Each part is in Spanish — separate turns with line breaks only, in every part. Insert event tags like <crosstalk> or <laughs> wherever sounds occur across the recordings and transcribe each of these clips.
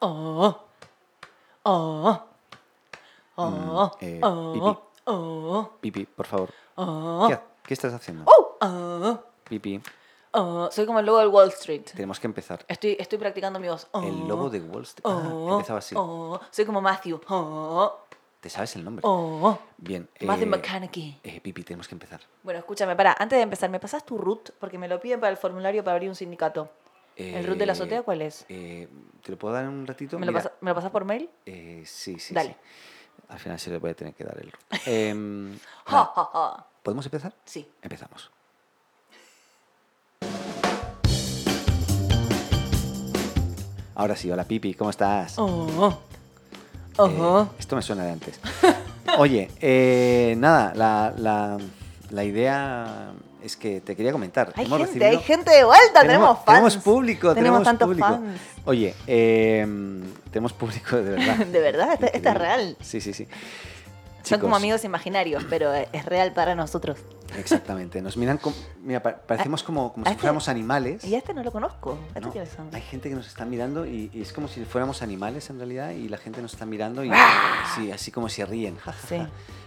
Oh. Oh. Oh.
eh,
oh.
pipí.
Oh.
Pipi, por favor.
Oh.
¿Qué, ha- qué estás haciendo?
Oh. Oh.
Pipi,
Oh. Soy como el lobo del Wall Street.
tenemos que empezar.
Estoy, estoy practicando mi voz.
El
Oh,
lobo de Wall Street. Ah,
oh,
empezaba así.
oh. Soy como Matthew. Oh.
¿Te sabes el nombre?
Oh.
Bien.
Matthew
eh,
McConaughey.
eh, Pipi, tenemos que empezar.
Bueno, escúchame, para, antes de empezar, ¿me pasas tu root? Porque me lo piden para el formulario para abrir un sindicato. ¿El root de la
Eh,
azotea cuál es?
eh, ¿Te lo puedo dar en un ratito?
¿Me lo,
Mira,
pasa- ¿Me lo pasas por mail?
eh, sí, sí,
Dale.
sí. Al final se le voy a tener que dar
<laughs>
el... Em,
Ja,
nada,
ja, ja.
¿Podemos empezar?
Sí.
Empezamos. Ahora sí, hola Pipi, ¿cómo estás?
Oh.
Eh,
Oh.
esto me suena de antes. <laughs> Oye, eh, nada, la, la- la idea es que te quería comentar.
Hay
Hemos
gente, hay
recibido-
gente de vuelta, tenemos, fans.
Tenemos público, tenemos,
tantos
público.
fans.
Oye, eh, tenemos público de
<laughs>
verdad.
De verdad, esta- esta es
Increíble.
real.
Sí, sí, sí.
Son como
Chicos,
amigos imaginarios, pero eh, es real para nosotros.
Exactamente, nos miran como. Mira, pa- parecemos como, como
a
si
este-
fuéramos animales.
Y a este no lo conozco. ¿A este
¿no?
quiénes son?
Hay gente que nos está mirando y, y es como si fuéramos animales en realidad y la gente nos está mirando y sí, así como se ríen.
¡Ah! <laughs> Sí.
<laughs>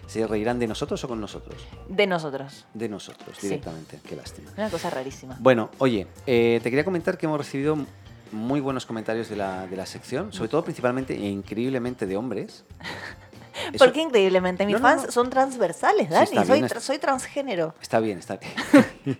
¿Se reirán de nosotros o con nosotros?
De nosotros.
De nosotros
Sí.
directamente, qué lástima.
Una cosa rarísima.
Bueno, oye, eh, te quería comentar que hemos recibido muy buenos comentarios de la, de la sección, sobre todo principalmente e increíblemente de
<laughs>
hombres. Eso-
Porque increíblemente mis
No, no,
fans
no.
son transversales,
Sí,
Dani.
está
soy,
bien,
tra-
es-
soy
<laughs>
transgénero. <laughs>
Está bien, está bien.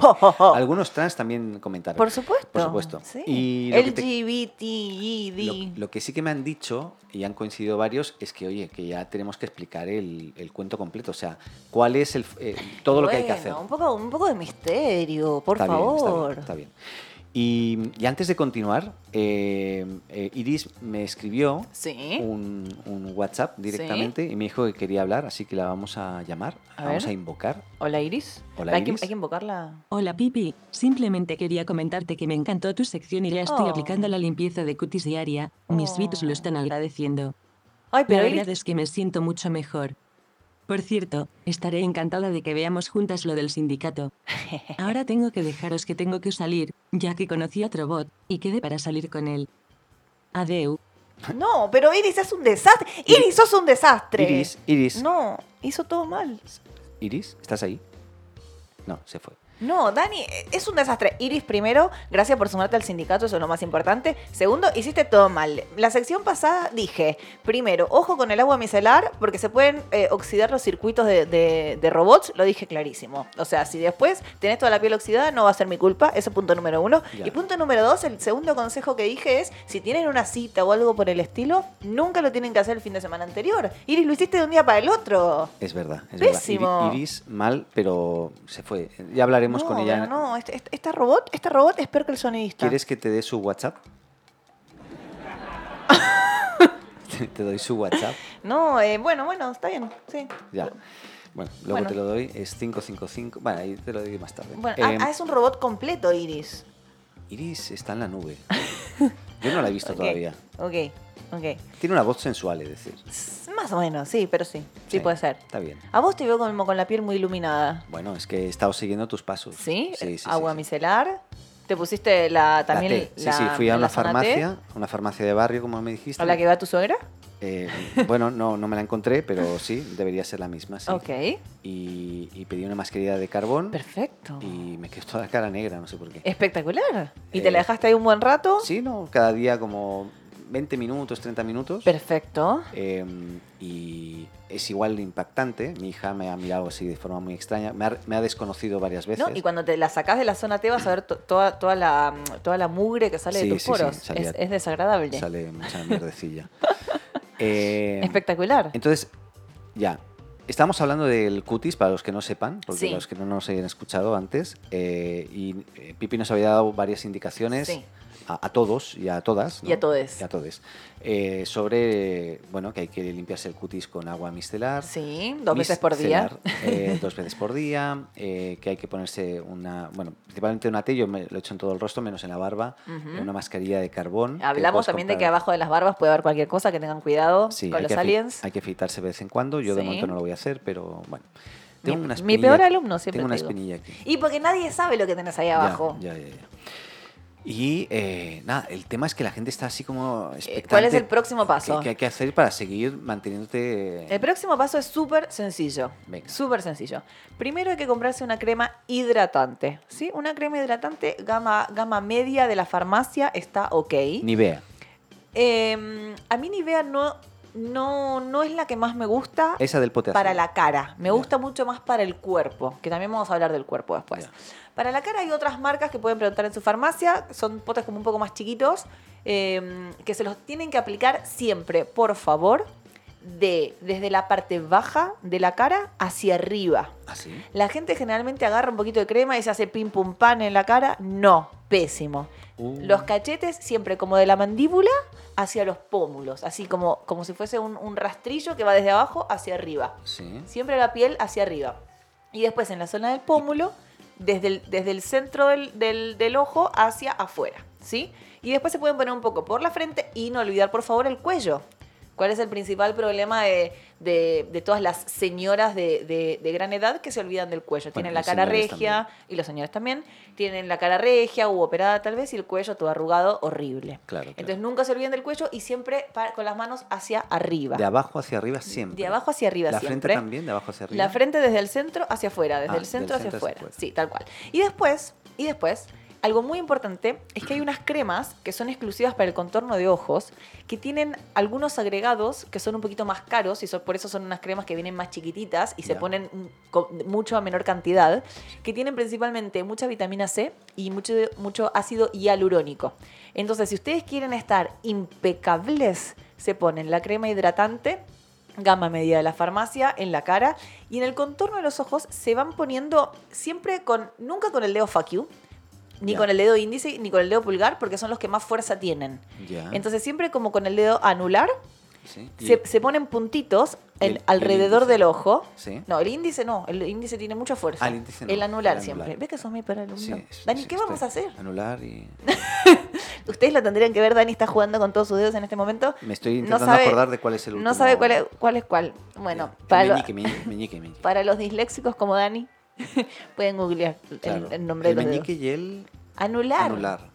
Jo, jo, jo.
Algunos trans también comentaron.
Por supuesto.
Por supuesto.
Sí.
Y lo que te-
LGBTID.
Lo, lo que sí que me han dicho, y han coincidido varios, es que, oye, que ya tenemos que explicar el, el cuento completo. O sea, cuál es el, eh, todo lo que hay que
Bueno,
hacer.
Un poco, un poco de misterio, por
Está bien, está bien,
favor.
está bien. Y, y antes de continuar, eh, eh, Iris me escribió Uh.
Sí.
un, un WhatsApp directamente y me dijo que quería hablar, así que la vamos a llamar,
A
vamos
ver.
a invocar.
Hola Iris.
Hola,
hay,
Iris.
Que, hay que invocarla.
Hola Pipi, simplemente quería comentarte que me encantó tu sección y ya estoy
Oh.
aplicando la limpieza de cutis diaria. Mis
Oh.
bits lo están agradeciendo.
Ay,
La
pero
verdad
Iris.
es que me siento mucho mejor. Por cierto, estaré encantada de que veamos juntas lo
<laughs>
del sindicato. Ahora tengo que dejaros que tengo que salir, ya que conocí a otro bot y quedé para salir con él. Adeu.
No, pero Iris es un desastre. Iris, sos un desastre.
Iris, Iris,
No, hizo todo mal.
Iris, ¿estás ahí? No, se fue.
No, Dani, es un desastre. Iris, primero, gracias por sumarte al sindicato, eso es lo más importante. Segundo, hiciste todo mal. La sección pasada dije, primero, ojo con el agua micelar porque se pueden eh, oxidar los circuitos de, de- de robots, lo dije clarísimo. O sea, si después tenés toda la piel oxidada, no va a ser mi culpa, ese punto número uno.
Ya.
Y punto número dos, el segundo consejo que dije es, si tienen una cita o algo por el estilo, nunca lo tienen que hacer el fin de semana anterior. Iris, lo hiciste de un día para el otro.
Es verdad, es
Pésimo.
verdad. Iri- Iris, mal, pero se fue. Ya hablaremos
no,
con ella.
pero no, este- este- esta robot, esta robot es peor que el sonidista.
¿Quieres que te dé su WhatsApp? <laughs> Te- te doy su WhatsApp.
No, eh, bueno, bueno, está bien, sí.
Ya. Bueno, luego
Bueno.
te lo doy. Es 555. Bueno, ahí te lo doy más tarde.
Bueno,
Eh,
ah, ah, es un robot completo, Iris.
Iris está en
<laughs>
la nube. Yo no la he visto
Ok,
Ah, todavía.
Ok, ok.
Tiene una voz sensual, es decir.
S- Más o menos, sí, pero sí, sí, puede ser.
Está bien.
A vos te veo como con la piel muy iluminada.
Bueno, es que he estado siguiendo tus pasos.
¿Sí?
Sí, sí,
Agua
sí, sí.
micelar. Te pusiste la
La
también
T. Sí,
la-
sí, fui a
la
una
zona T,
farmacia, una farmacia de barrio, como me dijiste.
¿A la que va tu suegra?
Eh, bueno, no, no me la encontré, pero sí, debería ser la misma. Sí.
Ok,
Y, y pedí una mascarilla de carbón
perfecto.
y me quedó toda la cara negra, no sé por qué.
Espectacular. ¿Y te
Eh,
la dejaste ahí un buen rato?
Sí, ¿no? Cada día como 20 minutos, 30 minutos.
Perfecto.
Eh, y es igual de impactante. Mi hija me ha mirado así de forma muy extraña. Me ha, me ha desconocido varias veces.
No, y cuando te la sacás de la zona T vas a ver to- toda, toda, la, toda la mugre que sale
Sí,
de tus
sí, sí,
poros.
salía-
es, es desagradable.
Sale
<laughs>
mucha mierdecilla. Eh,
Espectacular.
entonces, ya. Estamos hablando del cutis, para los que no sepan, porque
Sí.
los que no nos hayan escuchado antes. eh, y eh, Pipi nos había dado varias indicaciones
Sí.
a, a todos y a todas.
Y
¿no?
a todes.
Y a todes. Eh, sobre, bueno, que hay que limpiarse el cutis con agua mistelar.
Sí, dos veces por día.
micelar,
<laughs>
eh, dos veces por día, eh, que hay que ponerse una, bueno, principalmente una té, yo me lo he hecho en todo el rostro, menos en la barba,
Ujú.
eh, una mascarilla de carbón. que
Hablamos
puedes
también de que
comprar.
abajo de las barbas puede haber cualquier cosa, que tengan cuidado
Sí,
con
hay
los
que afi-
aliens.
Hay que afeitarse de vez en cuando, yo de
Sí.
momento no lo voy a hacer, pero bueno.
Mi-
Tengo una
mi
espinilla-
peor alumno siempre
Tengo una
te digo.
espinilla aquí.
Y porque nadie sabe lo que tenés ahí abajo.
Ya, ya, ya, ya. Y eh, nada, el tema es que la gente está así como expectante.
Eh, ¿Cuál es el próximo
¿Qué,
paso?
qué hay que hacer para seguir manteniéndote?
El próximo paso es súper sencillo.
Venga.
Súper sencillo. Primero hay que comprarse una crema hidratante. ¿Sí? Una crema hidratante gama, gama media de la farmacia está ok.
Nivea.
Eh, a mí Nivea no, no, no es la que más me gusta
Esa del potasio.
para la cara. Me
Ya.
gusta mucho más para el cuerpo, que también vamos a hablar del cuerpo después.
Ya.
Para la cara hay otras marcas que pueden preguntar en su farmacia. Son potes como un poco más chiquitos, eh, que se los tienen que aplicar siempre, por favor, de, desde la parte baja de la cara hacia arriba.
¿Así?
La gente generalmente agarra un poquito de crema y se hace pim pum pan en la cara. No, pésimo.
Uh.
Los cachetes siempre como de la mandíbula hacia los pómulos, así como, como si fuese un, un rastrillo que va desde abajo hacia arriba.
Sí.
Siempre la piel hacia arriba. Y después en la zona del pómulo, desde el, desde el centro del, del- del ojo hacia afuera, ¿sí? Y después se pueden poner un poco por la frente y no olvidar, por favor, el cuello. ¿Cuál es el principal problema de, de- de todas las señoras de, de- de gran edad que se olvidan del cuello? Tienen la
los
cara
señores
regia, y los señores también, tienen la cara regia u operada tal vez y el cuello todo arrugado, horrible.
Claro, claro.
Entonces nunca se olviden del cuello y siempre pa- con las manos hacia arriba.
De abajo hacia arriba siempre.
De abajo hacia arriba
La
siempre.
frente también, de abajo hacia arriba.
La frente desde el centro hacia afuera, desde
Ah,
el centro,
del
hacia,
centro hacia
afuera.
afuera.
Sí, tal cual. Y después, y después, algo muy importante es que hay unas cremas que son exclusivas para el contorno de ojos, que tienen algunos agregados que son un poquito más caros y son- por eso son unas cremas que vienen más chiquititas y se
Ya.
ponen mm, co- mucho a menor cantidad, que tienen principalmente mucha vitamina C y mucho, mucho ácido hialurónico. Entonces, si ustedes quieren estar impecables, se ponen la crema hidratante gama media de la farmacia en la cara y en el contorno de los ojos se van poniendo siempre con nunca con el dedo fuck you, ni
Ya.
con el dedo índice ni con el dedo pulgar porque son los que más fuerza tienen.
Ya.
Entonces siempre como con el dedo anular
sí. Y-
se, se ponen puntitos
y
en-
el- y el
alrededor
índice.
del ojo.
Sí.
No, el índice no, el índice tiene mucha fuerza.
Ah, el índice no,
El anular
el
siempre.
anular.
¿Ves que sos mi para
Sí, sí,
Dani,
sí,
¿qué vamos
estoy-
a hacer?
Anular
<laughs>
y.
Ustedes lo tendrían que ver, Dani está jugando con todos sus dedos en este momento.
Me estoy
No
intentando
sabe-
acordar de cuál es el último.
No sabe cuál es cuál. Es cuál. Bueno,
Ya.
para, lo-
meñique,
<laughs>
meñique, meñique, meñique.
para los disléxicos como Dani, <laughs> pueden googlear el-
Claro.
el, nombre
el
de los
meñique
dedos.
y el
Anular. <laughs>
anular.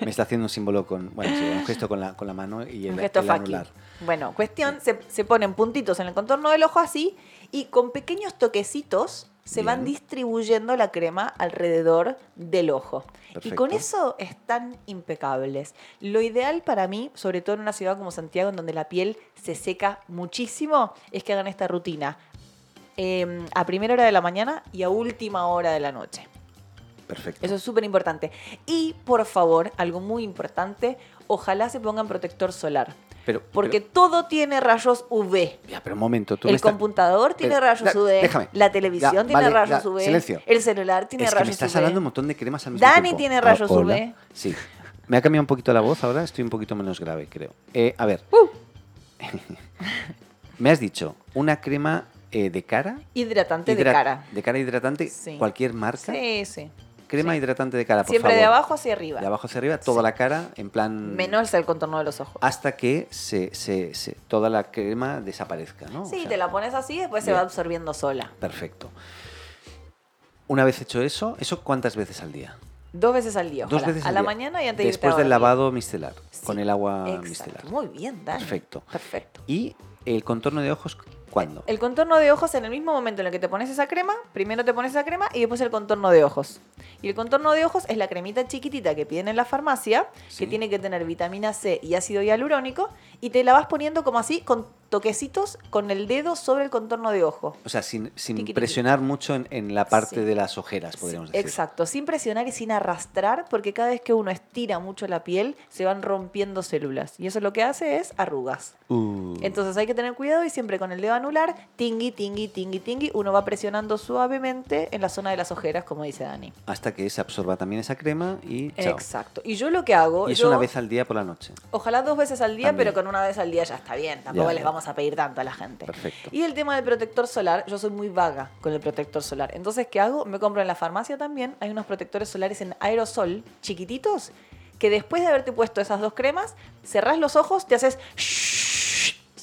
Me está haciendo un símbolo con, bueno, sí, un gesto con la, con la mano y el,
Un gesto
el
fuck you.
anular.
Bueno, cuestión, se, se ponen puntitos en el contorno del ojo así y con pequeños toquecitos se van
Bien.
distribuyendo la crema alrededor del ojo. Y con
Perfecto.
eso están impecables. Lo ideal para mí, sobre todo en una ciudad como Santiago, en donde la piel se seca muchísimo, es que hagan esta rutina. eh, a primera hora de la mañana y a última hora de la noche.
Perfecto.
Eso es súper importante. Y por favor, algo muy importante, ojalá se pongan protector solar.
Pero,
Porque todo tiene rayos UV.
pero- ya, pero un momento. Tú
El
me estás-
computador tiene
Pero,
rayos
Eh, da-
UV.
déjame.
La televisión
Ya,
tiene
vale,
rayos
ya,
UV.
silencio.
El celular tiene
es que
rayos
me estás
UV.
hablando un montón de cremas al mismo
Dani
tiempo.
tiene rayos
Ah,
UV.
hola. Sí. Me ha cambiado un poquito la voz ahora, estoy un poquito menos grave, creo. Eh, a ver.
Uh.
<laughs> me has dicho, una crema eh, de cara.
Hidratante de
hidrat-
cara.
De cara hidratante,
Sí.
cualquier marca.
Sí, sí.
Crema
sí.
hidratante de cara, Ah, por
Siempre
favor.
de abajo hacia arriba.
De abajo hacia arriba, toda la cara, en Ah, plan.
Menos el contorno de los ojos.
Hasta que se, se- se- toda la crema desaparezca, ¿no? O
sí,
sea,
te la pones así y después se
bien.
va absorbiendo sola.
Perfecto. Una vez hecho eso, ¿eso cuántas veces al día?
Dos veces al día.
Dos
ojalá.
veces
a
al
la
día.
mañana y antes de irte a
Después
dormir.
del lavado micelar,
Sí,
con el agua
Exacto.
micelar.
Muy bien, Dani.
Perfecto.
Perfecto.
¿Y el contorno de ojos cuándo?
El contorno de ojos en el mismo momento en el que te pones esa crema, primero te pones esa crema y después el contorno de ojos. Y el contorno de ojos es la cremita chiquitita que piden en la farmacia, que
Sí.
tiene que tener vitamina C y ácido hialurónico, y te la vas poniendo como así, con toquecitos con el dedo sobre el contorno de ojo.
O sea, sin, sin
Tiquitiqui.
presionar mucho en, en la parte
Sí.
de las ojeras, podríamos
Sí,
decir.
Exacto, sin presionar y sin arrastrar, porque cada vez que uno estira mucho la piel, se van rompiendo células. Y eso lo que hace es arrugas.
Uh,
Entonces hay que tener cuidado y siempre con el dedo anular, tingui, tingui, tingui, tingui, uno va presionando suavemente en la zona de las ojeras, como dice Dani.
hasta que se absorba también esa crema y chao.
Exacto. Y yo lo que hago,
Y eso
yo-
una vez al día por la noche.
ojalá dos veces al día,
También.
pero con una vez al día ya está bien, tampoco
Ya,
les
ya.
vamos a pedir tanto a la gente.
Perfecto.
Y el tema del protector solar, yo soy muy vaga con el protector solar. Entonces, ¿qué hago? Me compro en la farmacia también, hay unos protectores solares en aerosol, chiquititos, que después de haberte puesto esas dos cremas, cerrás los ojos, te haces...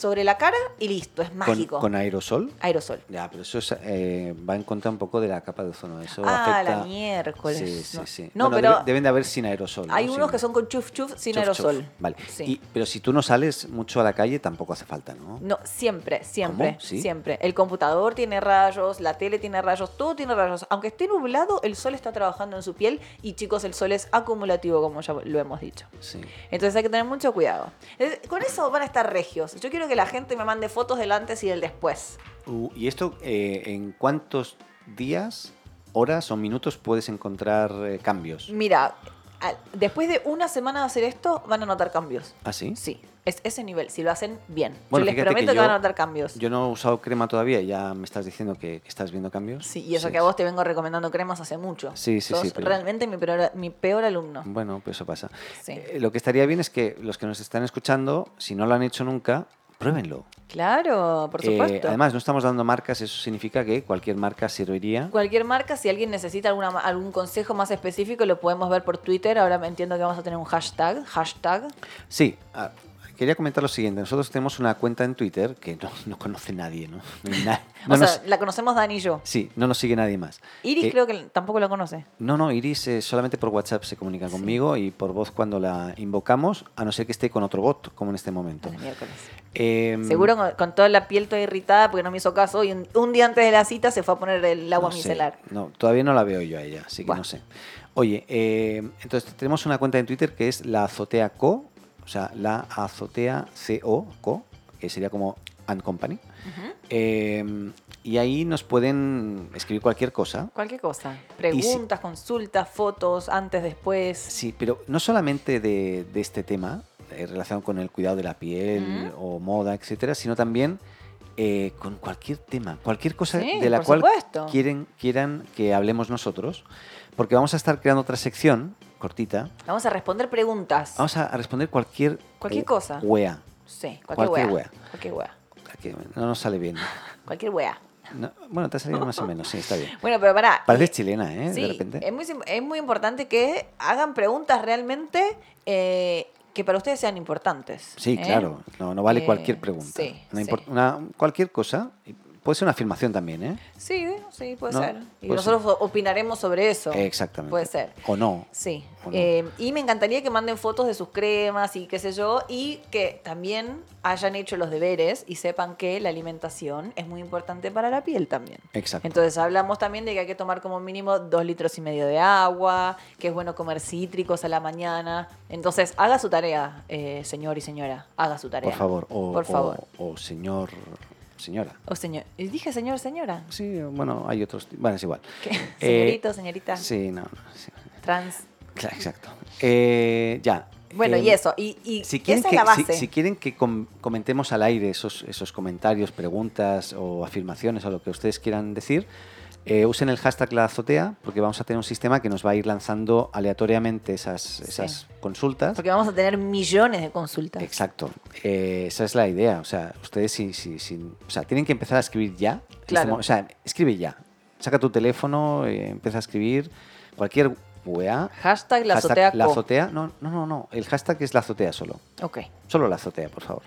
sobre la cara y listo, es
Con,
mágico.
con aerosol.
Aerosol.
Ya, pero eso es, eh, va en contra un poco de la capa de ozono. Eso
Ah,
afecta...
la miércoles.
Sí, sí,
No.
sí.
No,
Bueno,
pero
debe- deben de haber sin aerosol. ¿no?
Hay
Sin-
unos que son con chuf chuf sin
chuf, chuf.
aerosol.
Vale.
Sí.
Y- pero si tú no sales mucho a la calle, tampoco hace falta, ¿no?
No, siempre, siempre,
¿Cómo? ¿Sí?
siempre. El computador tiene rayos, la tele tiene rayos, todo tiene rayos. Aunque esté nublado, el sol está trabajando en su piel y chicos, el sol es acumulativo, como ya lo hemos dicho.
Sí.
Entonces hay que tener mucho cuidado. Es- Con eso van a estar regios. Yo quiero que la gente me mande fotos del antes y del después.
Uh, ¿Y esto eh, en cuántos días, horas o minutos puedes encontrar eh, cambios?
Mira, al- después de una semana de hacer esto, van a notar cambios.
¿Ah, sí?
Sí, es ese nivel, si lo hacen bien.
Bueno,
yo les
fíjate que
prometo que,
yo-
van a notar cambios.
Yo no he usado crema todavía, ya me estás diciendo que que estás viendo cambios.
Sí, y eso que a vos te vengo recomendando cremas hace mucho.
Sí, sí,
Sos
sí, pero-
realmente mi peor, mi peor alumno.
Bueno, pues eso pasa.
Sí.
Eh, lo que estaría bien es que los que nos están escuchando, si no lo han hecho nunca, pruébenlo.
Claro, por
Eh,
supuesto.
además, no estamos dando marcas, eso significa que cualquier marca serviría.
Cualquier marca, si alguien necesita alguna, algún consejo más específico, lo podemos ver por Twitter. Ahora me entiendo que vamos a tener un hashtag. Hashtag.
Sí, ah, quería comentar lo siguiente. Nosotros tenemos una cuenta en Twitter que no, no conoce nadie, ¿no? <laughs> No hay
<laughs>
na-
o
no nos-
sea, la conocemos Dani y yo.
sí, no nos sigue nadie más.
Iris
Eh,
creo que tampoco la conoce.
No, no, Iris eh, solamente por WhatsApp se comunica conmigo y por voz cuando la invocamos, a no ser que esté con otro bot, como en este
A
momento.
la miércoles.
Em,
Seguro con, con toda la piel toda irritada porque no me hizo caso y un, un día antes de la cita se fue a poner el agua
no sé.
micelar.
No, todavía no la veo yo a ella, así que
Buah.
no sé. Oye, eh, entonces tenemos una cuenta en Twitter que es la azotea co, o sea, la azotea co, co que sería como and company. Eh, y ahí nos pueden escribir cualquier cosa.
Cualquier cosa. Preguntas, consultas, fotos, antes, después.
Sí, pero no solamente de, de este tema eh, relacionado con el cuidado de la piel o moda, etcétera, sino también eh, con cualquier tema, cualquier cosa
Sí,
de la
por
cual
supuesto.
quieren, quieran que hablemos nosotros, porque vamos a estar creando otra sección cortita.
Vamos a responder preguntas.
Vamos a a responder cualquier
Cualquier
eh,
cosa.
wea.
Sí, cualquier,
Cualquier
wea.
wea.
Cualquier wea.
que no nos sale bien.
Cualquier wea.
No, bueno, te ha salido más o menos, sí, está
<laughs>
bien.
Bueno, pero pará.
Pareces
Eh,
chilena, ¿eh?
sí,
de repente.
Es muy, sim- es muy importante que hagan preguntas realmente eh, que para ustedes sean importantes.
Sí,
¿eh?
claro. No, no vale
Eh,
cualquier pregunta.
sí,
No
sí.
import- una- cualquier cosa. y Puede ser una afirmación también, ¿eh?
Sí, sí, puede
No,
ser. Y
puede
nosotros o- opinaremos sobre eso.
Exactamente.
Puede ser.
O no.
Sí.
¿O no?
Eh, y me encantaría que manden fotos de sus cremas y qué sé yo, y que también hayan hecho los deberes y sepan que la alimentación es muy importante para la piel también.
Exacto.
Entonces hablamos también de que hay que tomar como mínimo dos litros y medio de agua, que es bueno comer cítricos a la mañana. Entonces haga su tarea, eh, señor y señora, haga su tarea.
por favor. O,
Por
o-
favor.
o señor. Señora.
O señor, eh, dije señor, señora.
Sí, bueno, hay otros. Bueno, es igual.
¿Qué?
Eh,
Señorito, señorita,
Sí, no. no, sí.
trans.
Claro, exacto. Eh, ya.
Bueno,
Eh,
y eso, y, y
Si quieren,
esa
que,
es la
si-
base.
si quieren que com- comentemos al aire esos, esos comentarios, preguntas o afirmaciones o lo que ustedes quieran decir, eh, usen el hashtag la azotea porque vamos a tener un sistema que nos va a ir lanzando aleatoriamente esas, esas consultas.
Porque vamos a tener millones de consultas.
Exacto. Eh, esa es la idea. O sea, ustedes si, si, si- o sea, tienen que empezar a escribir ya. En este
Claro.
mo- o sea, escribe ya. Saca tu teléfono, eh, empieza a escribir cualquier weá.
Hashtag la
Hashtag
azotea.
La
co.
azotea. No, no, no, no. El hashtag es la azotea solo.
Ok.
Solo la azotea,
<laughs>
por favor.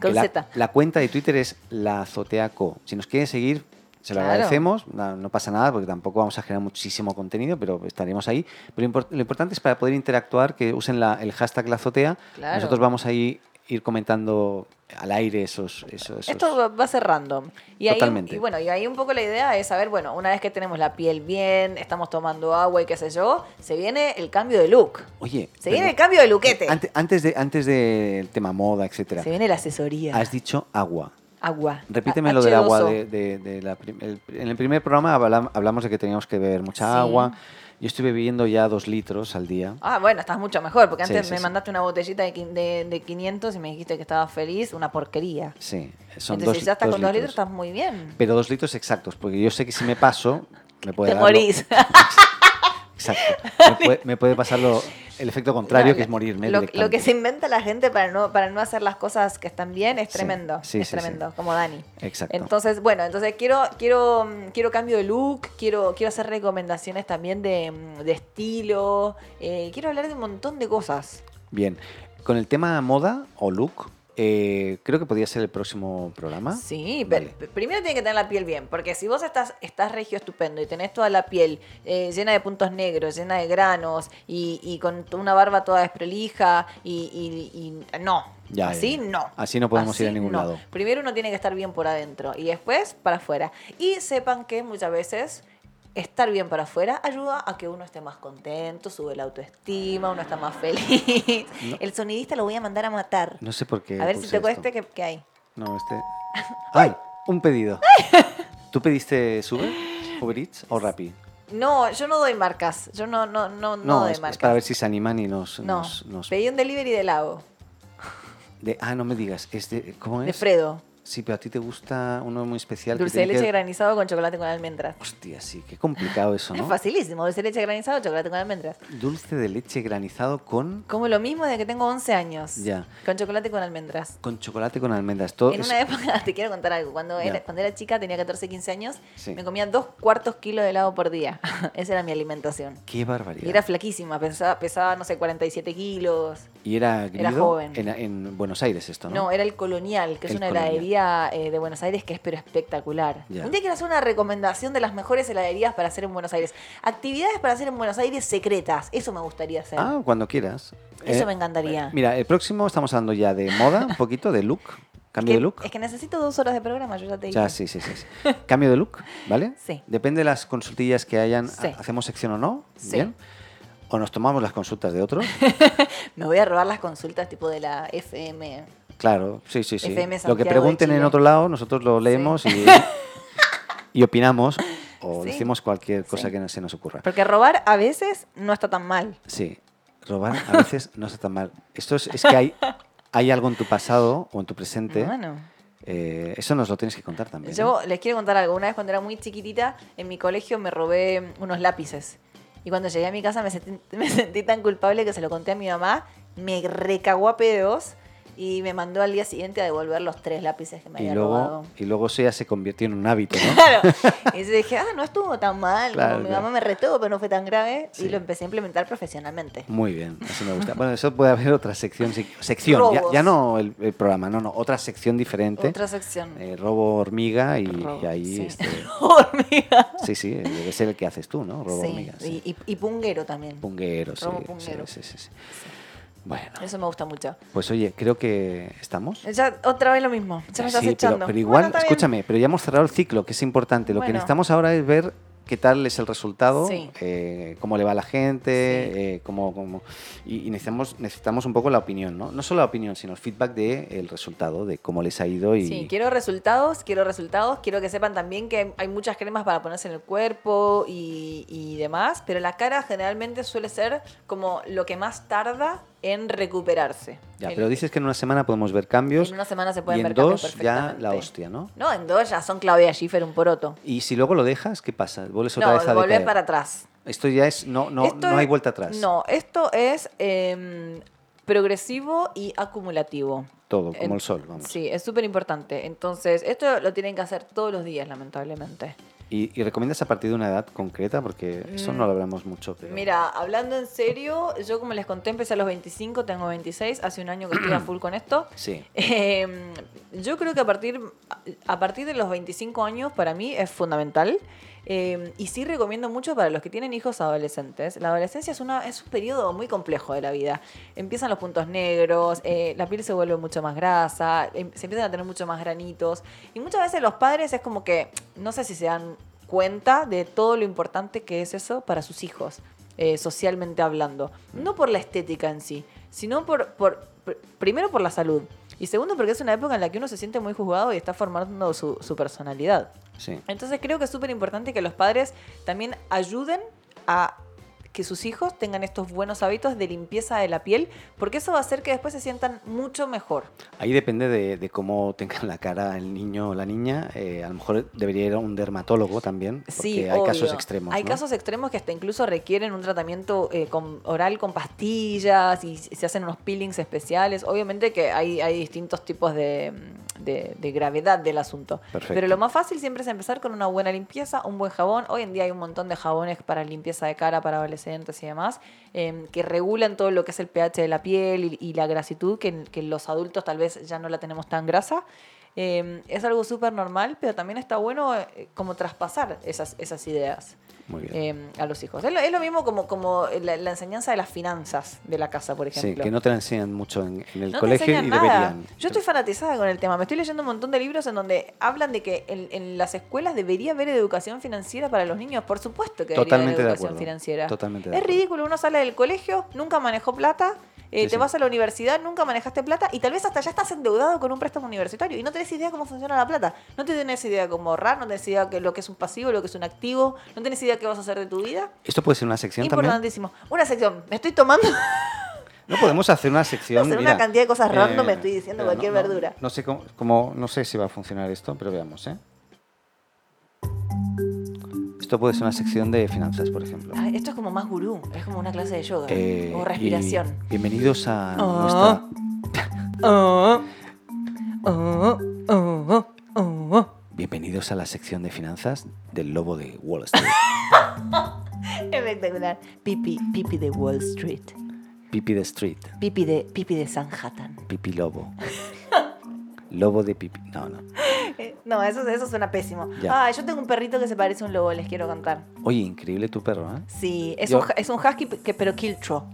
Con
Que la,
Z.
la cuenta de Twitter es la azotea co. Si nos quieren seguir, se lo
Claro.
agradecemos. No, no pasa nada porque tampoco vamos a generar muchísimo contenido, pero estaremos ahí. Pero impor- lo importante es para poder interactuar que usen la- el hashtag la azotea.
Claro.
Nosotros vamos ahí ir comentando al aire esos. esos, esos-
Esto va- va a ser random. Y ahí,
Totalmente.
y bueno, y ahí un poco la idea es saber, bueno, una vez que tenemos la piel bien, estamos tomando agua y qué sé yo, se viene el cambio de look.
Oye.
Se
pero
viene el cambio de luquete.
ante- antes, de, antes del tema moda, etcétera,
Se viene la asesoría.
has dicho agua.
Agua.
Ah,
Ah,
Repíteme
A-
lo del agua.
H2O.
De, de- de la prim- el- en el primer programa habla- hablamos de que teníamos que beber mucha
Sí.
agua. Yo estoy bebiendo ya dos litros al día.
Ah, bueno, estás mucho mejor, porque
Sí,
antes
sí,
me
sí.
mandaste una botellita de, quin- de, de 500 y me dijiste que estaba feliz, una porquería.
Sí, son
Entonces,
dos,
si ya estás
dos
con dos litros, estás muy bien.
Pero dos litros exactos, porque yo sé que si me paso, me puede
Te
dar lo-
morís.
Exacto. Me puede, me puede pasar lo- el efecto contrario,
No, <laughs>
que es morirme.
Lo, lo
directamente.
que se inventa la gente para no, para no hacer las cosas que están bien es
Sí,
tremendo.
sí,
es
sí,
tremendo, como Dani.
Exacto.
Entonces, bueno, entonces quiero, quiero, mm, quiero cambio de look, quiero, quiero hacer recomendaciones también de, mm, de estilo, eh, quiero hablar de un montón de cosas.
Bien. Con el tema moda o look, Eh, creo que podría ser el próximo programa.
Sí,
Vale.
pero primero tiene que tener la piel bien, porque si vos estás, estás regio estupendo y tenés toda la piel eh, llena de puntos negros, llena de granos y, y con t- una barba toda desprolija y, y- y- no,
Ya,
así
ya.
no.
Así no podemos ir a ningún lado.
Primero uno tiene que estar bien por adentro y después para afuera. Y sepan que muchas veces... Estar bien para afuera ayuda a que uno esté más contento, sube la autoestima, uno está más feliz.
<laughs> No.
El sonidista lo voy a mandar a matar.
No sé por qué.
a ver si
puse
te
esto.
cueste que, que hay.
No, este. ¡Ay! Un
<laughs>
pedido. ¿Tú pediste Uber? ¿Uber Eats o Rappi?
No, yo no doy marcas. Yo no, no, no, no, doy
es, es
marcas.
para ver si se animan y nos.
no.
nos- nos-
Pedí un delivery de helado,
de- ah, no me digas. Es de, ¿Cómo es?
de Fredo.
Sí, pero a ti te gusta uno muy especial. que
Dulce de
tiene
leche
que-
granizado con chocolate con almendras.
Hostia, sí, qué complicado
<laughs>
eso,
Es
¿no?
facilísimo, dulce de leche granizado, chocolate con almendras.
Dulce de leche granizado con,
Como lo mismo desde que tengo 11 años.
Ya.
Con chocolate con almendras.
con chocolate con almendras. Todo
en
es-
una época, <laughs> te quiero contar algo, cuando,
Ya.
era, cuando era chica, tenía 14, 15 años,
Sí.
me comía dos cuartos kilos de helado por día. <laughs> Esa era mi alimentación.
Qué barbaridad.
Y era flaquísima, pesaba, pesaba, no sé, 47 kilos.
Y era grido
joven.
En, en Buenos Aires esto, ¿no?
No, era el Colonial, que es
El
una
Colonial.
heladería eh, de Buenos Aires que es pero espectacular.
Ya.
Un día quiero hacer una recomendación de las mejores heladerías para hacer en Buenos Aires. Actividades para hacer en Buenos Aires secretas. Eso me gustaría hacer.
Ah, cuando quieras.
Eso
Eh,
me encantaría.
Mira, el próximo estamos hablando ya de moda, un poquito, de
<laughs>
look. Cambio
que,
de look.
es que necesito dos horas de programa, yo ya te dije.
Ya, sí, sí, sí, sí. Cambio de look, ¿vale?
Sí.
Depende de las consultillas que hayan,
Sí.
ha- hacemos sección o no,
Sí.
¿bien? O nos tomamos las consultas
<laughs>
de otros.
Me voy a robar las consultas tipo de la FM.
Claro, sí, sí, sí.
FM
Lo
Santiago
que
de
pregunten en
Chile.
otro lado, nosotros lo leemos
<laughs>
y, y opinamos o
Sí.
decimos cualquier cosa
Sí.
que se nos ocurra.
Porque robar a veces no está tan mal.
Sí, robar a veces no está tan mal. Esto es, es que hay, hay algo en tu pasado o en tu presente.
Bueno.
eh, eso nos lo tienes que contar también. ¿eh?
Yo les quiero contar algo. Una vez cuando era muy chiquitita, en mi colegio me robé unos lápices. Y cuando llegué a mi casa me sentí, <laughs> me sentí tan culpable que se lo conté a mi mamá. Me recagó a pedos y me mandó al día siguiente a devolver los tres lápices que me
y,
había robado.
luego, y luego eso ya se convirtió en un hábito, ¿no?
Claro. Y yo dije, ah, no estuvo tan mal.
Claro,
como mi
claro.
mamá me retó, pero no fue tan grave.
Sí.
Y lo empecé a implementar profesionalmente.
Muy bien, así
<laughs>
me gusta. Bueno, eso puede haber otra sección, sí- sección, ya,
Robos.
ya no el, el programa, no, no, otra sección diferente.
Otra sección.
Eh, robo hormiga y,
Robo,
y ahí...
sí.
este,
<laughs> Hormiga.
sí, sí, eh, debe ser el que haces tú, ¿no? Robo
Sí,
hormiga. Sí.
Y, y- y punguero también.
Punguero, sí,
Robo
sí,
punguero.
sí, sí, sí. Bueno,
Eso me gusta mucho.
pues oye, creo que estamos.
Ya otra vez lo mismo. Ya me estás
Sí, pero,
echando.
pero igual,
Bueno, está bien.
escúchame, pero ya hemos cerrado el ciclo, que es importante. Lo que
Bueno.
necesitamos ahora es ver qué tal es el resultado,
Sí.
eh, cómo le va a la gente, eh, cómo, cómo- y, y necesitamos, necesitamos un poco la opinión, ¿no? No solo la opinión, sino el feedback del resultado, de cómo les ha ido y...
Sí, quiero resultados, quiero resultados, quiero que sepan también que hay muchas cremas para ponerse en el cuerpo y, y demás, pero la cara generalmente suele ser como lo que más tarda en recuperarse.
Ya,
En-
pero dices que en una semana podemos ver cambios
en una semana se
y
pueden
en
ver cambios
dos ya la
perfectamente.
hostia, ¿no?
No, en dos ya son Claudia Schiffer un poroto.
Y si luego lo dejas, ¿qué pasa? ¿Vuelves otra
No,
vez a
volver
decaer?
para atrás.
Esto ya es... No, no,
Esto
no hay
es-
vuelta atrás.
No, esto es em, progresivo y acumulativo.
Todo, como
En-
el sol, vamos.
Sí, es súper importante. Entonces, esto lo tienen que hacer todos los días, lamentablemente.
¿Y, y recomiendas a partir de una edad concreta? Porque eso no lo hablamos mucho. Pero...
Mm. Mira, hablando en serio, yo como les conté, empecé a los 25, tengo 26, hace un año que estoy a full con esto.
Sí.
Eh, yo creo que a partir, a partir de los 25 años para mí es fundamental eh, y sí recomiendo mucho para los que tienen hijos adolescentes. La adolescencia es, una, es un periodo muy complejo de la vida. Empiezan los puntos negros, eh, la piel se vuelve mucho más grasa, em- se empiezan a tener mucho más granitos y muchas veces los padres es como que no sé si se dan cuenta de todo lo importante que es eso para sus hijos, eh, socialmente hablando.
Mm.
No por la estética en sí, sino por, por pr- primero por la salud. Y segundo, porque es una época en la que uno se siente muy juzgado y está formando su, su personalidad.
Sí.
Entonces creo que es súper importante que los padres también ayuden a que sus hijos tengan estos buenos hábitos de limpieza de la piel, porque eso va a hacer que después se sientan mucho mejor.
Ahí depende de, de cómo tenga la cara el niño o la niña. Eh, a lo mejor debería ir a un dermatólogo también. Porque
Sí,
hay
obvio.
casos extremos.
Hay
¿no?
casos extremos que hasta incluso requieren un tratamiento eh, con- oral con pastillas y se hacen unos peelings especiales. Obviamente que hay, hay distintos tipos de, mm, de- de gravedad del asunto.
Perfecto.
Pero lo más fácil siempre es empezar con una buena limpieza, un buen jabón. Hoy en día hay un montón de jabones para limpieza de cara, para adolescentes y demás, eh, que regulan todo lo que es el pH de la piel y, y la grasitud, que, que los adultos tal vez ya no la tenemos tan grasa. Eh, es algo súper normal, pero también está bueno eh, como traspasar esas, esas ideas
Muy bien.
eh, a los hijos. Es lo, es lo mismo como, como la, la enseñanza de las finanzas de la casa, por
sí,
ejemplo.
que no te la enseñan mucho en, en el
No te
colegio y
enseñan nada.
deberían.
Yo estoy fanatizada con el tema. Me estoy leyendo un montón de libros en donde hablan de que en, en las escuelas debería haber educación financiera para los niños. Por supuesto que debería haber
Totalmente de
educación
acuerdo.
financiera.
Totalmente de
es
acuerdo.
ridículo. Uno sale del colegio, nunca manejó plata. eh,
Sí,
te
sí.
vas a la universidad, nunca manejaste plata y tal vez hasta ya estás endeudado con un préstamo universitario y no tenés idea cómo funciona la plata. No tenés idea cómo ahorrar, no tenés idea de lo que es un pasivo, lo que es un activo, no tenés idea qué vas a hacer de tu vida.
Esto puede ser una sección también.
Importantísimo. Una sección. Me estoy tomando <laughs>
No podemos hacer una sección.
Hacer una
mira,
cantidad de cosas random, me estoy diciendo
pero
cualquier
no- no-
verdura.
No sé cómo, cómo- no sé si va a funcionar esto, pero veamos, ¿eh? Esto puede ser una sección de finanzas, por ejemplo.
Ah, esto es como más gurú, es como una clase de yoga
Eh,
o
y
respiración.
bienvenidos a
Ah.
nuestra. Oh, oh. Bienvenidos a la sección de finanzas del lobo de
<laughs>
Wall Street.
Espectacular. Pipi, pipi de Wall Street.
Pipi de Street.
Pipi de, pipi de Sanhattan. <laughs>
Pipi lobo. Lobo de pipi. No, no.
Eh, No, eso, eso suena pésimo.
Ya.
Ah, yo tengo un perrito que se parece a un lobo, les quiero contar.
Oye, increíble tu perro, ¿eh?
Sí, es,
Yo-
un, ha- es un husky, que, pero
<laughs>
kiltro.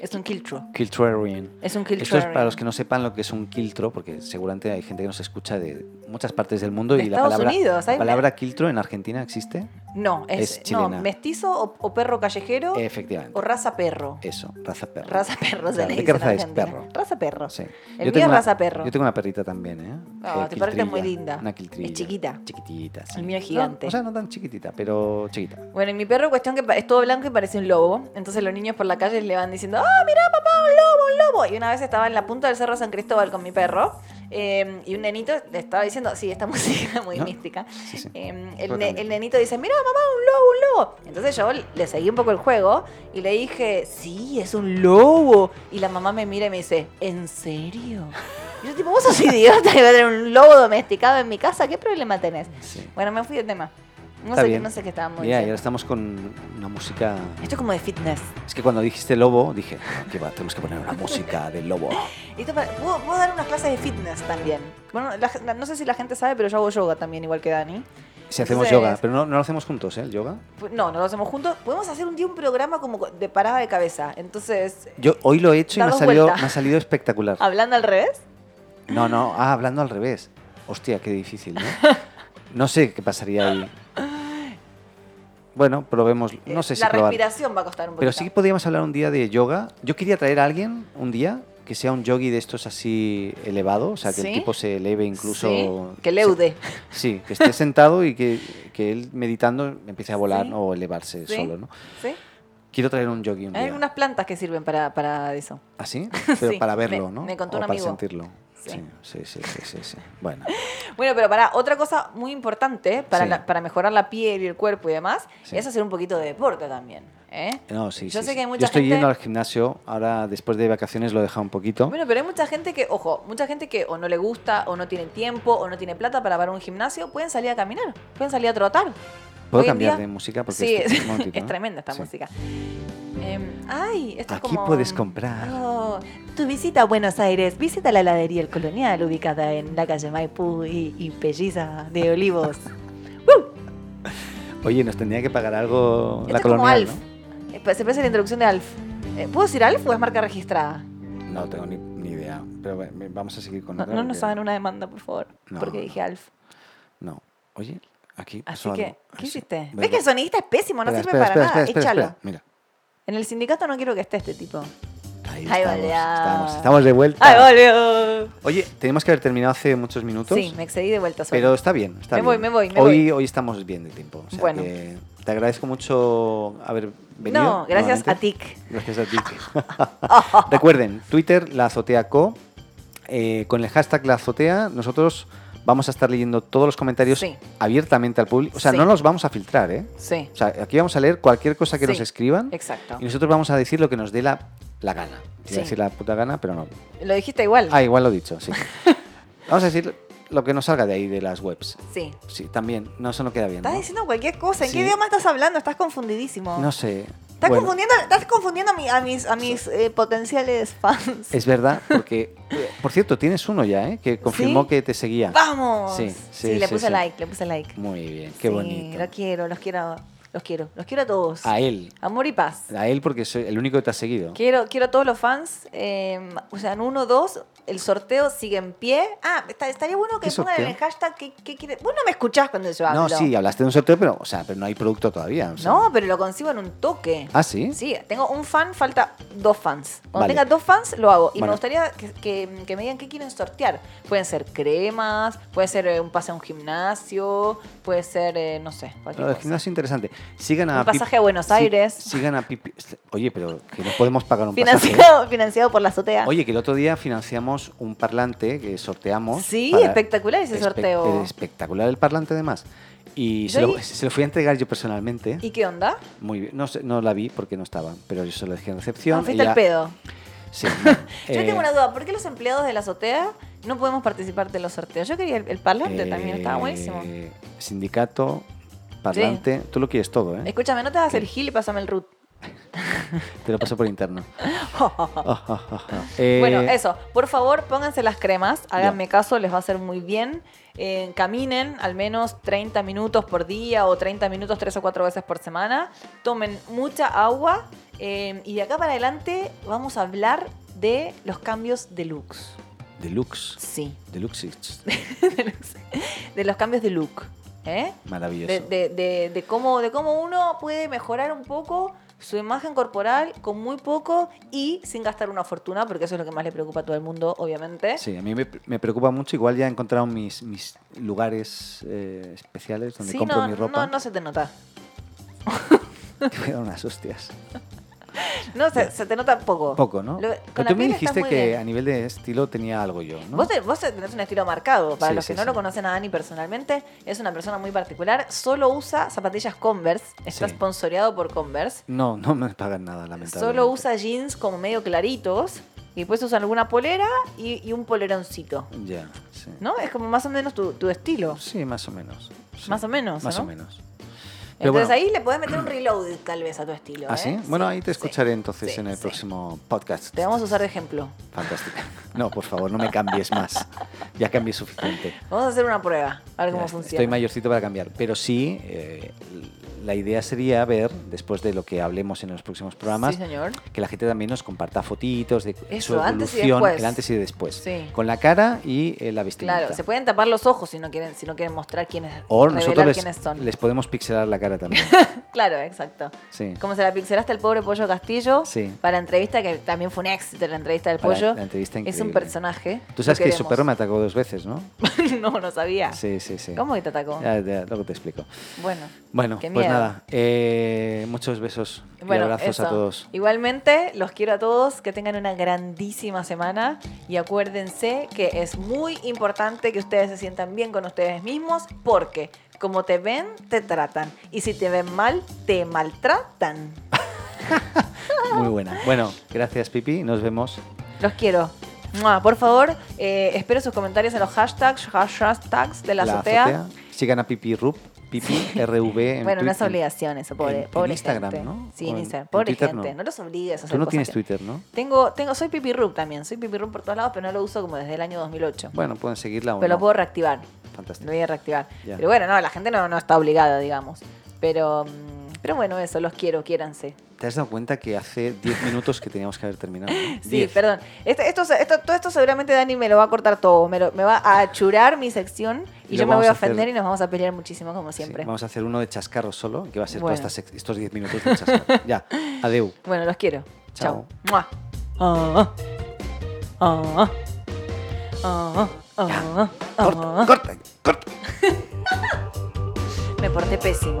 es un kiltro.
Kiltrarian.
Es un
Esto es
kiltro.
para los que no sepan lo que es un kiltro, porque seguramente hay gente que nos escucha de muchas partes del mundo
De
y la
Estados
palabra,
Unidos, hay-
la palabra kiltro en Argentina existe.
No, es,
es
no,
chilena. Eh,
mestizo o, o perro callejero
Efectivamente.
o raza perro.
Eso, raza perro.
Oh. Raza perro se
Claro,
le
¿de
dice
qué
en
raza es
Argentina.
perro?
Raza perro.
Sí.
El
Yo
mío
tengo
es
una-
raza perro.
Yo tengo una perrita también, ¿eh?
Ah,
Eh,
tu perrita es muy
quiltrilla,
linda.
Una quiltrilla.
Es chiquita.
Chiquitita. sí.
El mío es
No,
gigante.
o sea, no tan chiquitita, pero chiquita.
Bueno, y mi perro, cuestión que pa- es todo blanco y parece un lobo. Entonces los niños por la calle le van diciendo, ¡ah, mira papá, un lobo, un lobo! Y una vez estaba en la punta del Cerro San Cristóbal con mi perro eh, y un nenito le estaba diciendo, sí, esta <laughs> música muy
¿No?
mística.
Sí, sí.
Eh,
Yo
el, ne-
también.
el nenito dice, mira mamá, un lobo, un lobo. Entonces yo le seguí un poco el juego y le dije, sí, es un lobo. Y la mamá me mira y me dice, ¿en serio? Y yo tipo, vos sos idiota <laughs> que va a tener un lobo domesticado en mi casa, ¿qué problema tenés?
Sí.
Bueno, me fui del tema. No
Está
sé, qué,
bien.
no sé qué estábamos
Mira, y
diciendo.
ahora estamos con una música.
Esto es como de fitness.
Es que cuando dijiste lobo, dije, "No, que va, tenemos que poner una música de lobo.
Esto para- puedo, puedo dar unas clases de fitness también. Bueno, la- la- no sé si la gente sabe, pero yo hago yoga también, igual que Dani.
Si hacemos
Entonces-
yoga, pero no, no lo hacemos juntos, ¿eh? El yoga.
Pu- No, no lo hacemos juntos. Podemos hacer un día un programa como co- de parada de cabeza. Entonces,
Yo hoy lo he hecho y
Da
me ha,
dos
salido,
vueltas.
me ha salido espectacular.
hablando al revés.
No, no, ah, hablando al revés. Hostia, qué difícil, ¿no? No sé qué pasaría ahí. Bueno, probemos. No sé si
eh, la
probar.
respiración va a costar un poquito.
Pero sí que podríamos hablar un día de yoga. Yo quería traer a alguien un día que sea un yogi de estos así elevado, o sea, que
¿Sí?
el tipo se eleve incluso.
Sí, Que leude.
Sí,
<laughs>
que esté sentado y que, que él meditando empiece a volar
Sí.
o elevarse
Sí.
solo, ¿no?
¿Sí?
Quiero traer un yogi un
Hay
día.
algunas plantas que sirven para, para eso. <laughs>
¿Así? Pero
Sí,
para
me-
verlo, ¿no?
me contó
o
un
para
amigo.
sentirlo.
Sí.
Sí, sí, sí, sí, sí, sí. Bueno,
Bueno, pero para otra cosa muy importante para,
Sí.
la- para mejorar la piel y el cuerpo y demás,
Sí.
es hacer un poquito de deporte también. ¿eh?
no, sí,
Yo
sí,
sé
sí.
que hay mucha
Yo estoy
gente-
yendo al gimnasio, ahora después de vacaciones lo he dejado un poquito.
Bueno, pero hay mucha gente que, ojo, mucha gente que o no le gusta, o no tiene tiempo, o no tiene plata para pagar un gimnasio, pueden salir a caminar, pueden salir a trotar.
¿Puedo
hoy en
cambiar
día-
de música? Porque
sí,
estoy-
<laughs> es,
un momentito, ¿no?
tremenda esta
Sí.
música. Em, ay, esto es
Aquí
como-
puedes comprar.
Oh, tu visita a Buenos Aires, visita la heladería El Colonial, ubicada en la calle Maipú y, y Pelliza de
<laughs>
Olivos.
Oye, nos tendría que pagar algo
Esto
la
es como
colonial,
Alf. Eh, pa- Se parece a la introducción de Alf. Eh, ¿Puedo decir Alf o es marca registrada?
¿no? No tengo ni, ni idea. Pero ve- ve- vamos a seguir con
No,
otra
no nos
porque-
hagan una demanda, por favor,
No,
porque
no.
dije Alf.
No. Oye, aquí
Así
pasó
que,
algo.
¿qué
Así-
hiciste?
Venga.
¿Ves que el sonidista es pésimo? No
Espera,
sirve
espera,
para
espera,
nada.
espera, espera,
Échalo.
espera. Mira.
En el sindicato no quiero que esté este tipo.
Ahí
Ahí
estamos,
volvió.
estamos, estamos de vuelta.
¡Ay, Ah, volvió!
Oye, tenemos que haber terminado hace muchos minutos.
Sí, me excedí de vuelta sola.
Pero está bien, está
Me
bien.
voy, me voy, me
hoy,
voy.
hoy estamos bien de tiempo. o sea
Bueno.
que te agradezco mucho haber venido.
no, gracias
nuevamente.
a TIC.
Gracias a
<laughs>
ti. <laughs> Recuerden, Twitter, la azotea co. eh, con el hashtag la azotea, nosotros vamos a estar leyendo todos los comentarios
Sí.
abiertamente al público. O sea,
Sí.
no los vamos a filtrar, ¿eh?
Sí,
O sea, aquí vamos a leer cualquier cosa que
Sí.
nos escriban
exacto.
y nosotros vamos a decir lo que nos dé la, la gana. Iba
Sí.
a decir la puta gana, pero no.
Lo dijiste igual. <laughs>
Ah, igual lo he dicho, sí. Vamos a decir lo que nos salga de ahí de las webs.
Sí.
Sí, también. No, eso no queda bien.
Estás
¿no?
diciendo cualquier cosa. ¿En
Sí.
qué idioma estás hablando? Estás confundidísimo.
No sé.
Estás
Bueno,
confundiendo, estás confundiendo a, mi- a mis, a mis eh, potenciales fans.
Es verdad, porque. eh, Por cierto, tienes uno ya, ¿eh? Que confirmó
¿Sí? Ah.
que te seguía.
<laughs> ¡Vamos!
Sí, sí,
le
sí,
puse
sí.
like, le puse like.
Muy bien, qué
Sí,
bonito.
Los quiero, los quiero, los quiero, los quiero a todos.
A él.
Amor y paz.
A él porque soy el único que te ha seguido.
Quiero, quiero a todos los fans. eh, o sea, en uno, dos, el sorteo sigue en pie. Ah, está- estaría bueno que
¿Qué
pongan en el
sorteo?
hashtag qué, qué quiere. Vos no me escuchás cuando yo hablo.
No, sí, hablaste de un sorteo, pero, o sea, pero no hay producto todavía. o sea.
No, pero lo consigo en un toque.
¿Ah, sí?
Sí, tengo un fan, falta dos fans. Cuando
Vale.
tenga dos fans, lo hago. Y me
Bueno.
gustaría que, que- que me digan qué quieren sortear. Pueden ser cremas, puede ser eh, un pase a un gimnasio, puede ser, eh, no sé,
Lo
cualquier
del
cosa.
gimnasio interesante. Sigan
Un
a Pip-
pasaje a Buenos
sí,
Aires.
sigan a Pipi. Oye, pero que no podemos pagar un pasaje. ¿eh?
Financiado, <laughs> financiado por la azotea.
Oye, que el otro día financiamos un parlante que sorteamos.
Sí,
para-
espectacular ese
Espe- eh,
sorteo.
Espectacular el parlante, además. Y se
Yo
lo,
ahí-
se lo fui a entregar yo personalmente.
¿Y qué onda?
Muy bien. No, sé- no la vi porque no estaba, pero yo se lo dejé en
Ah,
recepción.
fuiste
ella-
al pedo.
Sí, no,
<laughs> Yo
eh,
tengo una duda. ¿Por qué los empleados de la azotea no podemos participar de los sorteos? Yo quería el, el parlante también, estaba buenísimo.
eh, Sindicato, parlante, tú lo quieres todo, ¿eh?
Escúchame, no te vas a hacer gil y pásame el root. <laughs>
Te lo paso por interno. Eh,
Bueno, eso. Por favor, pónganse las cremas. Háganme caso, les va a hacer muy bien. Eh, caminen al menos 30 minutos por día o 30 minutos tres o cuatro veces por semana. Tomen mucha agua. eh, y de acá para adelante vamos a hablar de los cambios de looks.
Deluxe.
Sí,
Deluxe. it's
de los, de los cambios de look. ¿eh?
Maravilloso.
De, de- de- de cómo, de cómo uno puede mejorar un poco su imagen corporal con muy poco y sin gastar una fortuna, porque eso es lo que más le preocupa a todo el mundo, obviamente.
Sí, a mí me, me preocupa mucho. Igual ya he encontrado mis, mis lugares eh, especiales donde
Sí,
compro
no,
mi ropa.
no, no se te nota.
<laughs> Te voy a dar unas hostias.
No, se, se te nota poco.
Poco, ¿no?
Lo- con
Pero
la
tú me
piel estás
dijiste
muy
que
bien.
a nivel de estilo tenía algo yo, ¿no?
Vos, te- vos tenés un estilo marcado. Para
Sí,
los que
sí,
no lo
sí.
conocen a Dani personalmente, es una persona muy particular. Solo usa zapatillas Converse. Está
Sí.
sponsoreado por Converse.
No, no me pagan nada, lamentablemente.
Solo usa jeans como medio claritos. Y después usan alguna polera y, y un poleroncito.
Ya, sí.
¿No? Es como más o menos tu, tu estilo.
Sí, más o menos. sí.
Más o menos,
Más
¿no?
o menos. Pero
Entonces
bueno.
ahí le podés meter un reload tal vez a tu estilo.
¿Ah,
¿eh?
sí? Bueno, ahí te
sí,
escucharé entonces
sí,
en el
sí.
próximo podcast.
Te vamos a usar de ejemplo.
Fantástico. No, por favor, no me cambies más. Ya cambié suficiente.
Vamos a hacer una prueba, a ver
Ya
cómo
est-
funciona.
Estoy mayorcito para cambiar. Pero sí, eh, la idea sería ver, después de lo que hablemos en los próximos programas,
Sí, señor.
que la gente también nos comparta fotitos de su
Eso,
evolución,
antes y después.
el antes y después.
Sí.
Con la cara y eh, la vestimenta.
Claro, se pueden tapar los ojos si no quieren, si no quieren mostrar quiénes,
o nosotros
revelar
les,
quiénes son.
les podemos pixelar la
<laughs>
cara también.
Claro, exacto.
Sí.
Como se la pixelaste al pobre Pollo Castillo
Sí.
para la entrevista, que también fue un éxito la entrevista del
Para-
Pollo.
la entrevista
es un
increíble.
personaje.
Tú sabes
lo
que su
queremos.
perro me atacó dos veces, ¿no?
<laughs> no, no sabía.
Sí, sí, sí.
¿Cómo que te atacó?
Ya, ya, luego te explico.
Bueno.
Bueno,
Qué
pues
miedo.
nada. eh, muchos besos y
Bueno,
abrazos a
eso.
todos.
Igualmente, los quiero a todos, que tengan una grandísima semana y acuérdense que es muy importante que ustedes se sientan bien con ustedes mismos porque como te ven, te tratan y si te ven mal, te maltratan.
Muy buena. Bueno, gracias, Pipi. Nos vemos.
Los quiero. Mua, Por favor, eh, espero sus comentarios en los hashtags, hashtags de la, azotea.
Sigan a Pipi Rup, Pipi RV en
Bueno, no es
Twitter.
obligación eso, pobre,
en
pobre
Instagram,
gente.
¿no?
Sí,
O
en
en-
Instagram.
en
Pobre
Twitter
gente, no.
no.
los obligues a hacer
Tú no
cosas
tienes
que-
Twitter, ¿no?
Tengo, tengo, soy Pipi Rup también, soy Pipi Rup por todos lados, pero no lo uso como desde el año 2008.
Bueno, pueden seguirla o
pero
no.
lo puedo reactivar, lo
Fantástico.
voy a reactivar.
Ya.
Pero bueno, no, la gente no, no está obligada, digamos. Pero, mm, pero bueno, eso, los quiero, quiéranse.
¿Te has dado cuenta que hace 10 minutos que teníamos que haber terminado? ¿no?
<laughs> Sí,
10.
perdón. Este- esto, se- esto- todo esto seguramente Dani me lo va a cortar todo, me, lo- me va a achurar mi sección y yo
Lo
me voy
vamos
a
a hacer-
ofender y nos vamos a pelear muchísimo, como
Sí,
siempre.
vamos a hacer uno de chascarros solo, que va a ser
Bueno.
todos estos 10 minutos de chascarros. ya, adeu.
Bueno, los quiero. Chao.
Chao.
Mua. Ah, ah, ah, ah, ah.
Corta, corta, corta.
Me porté pésimo.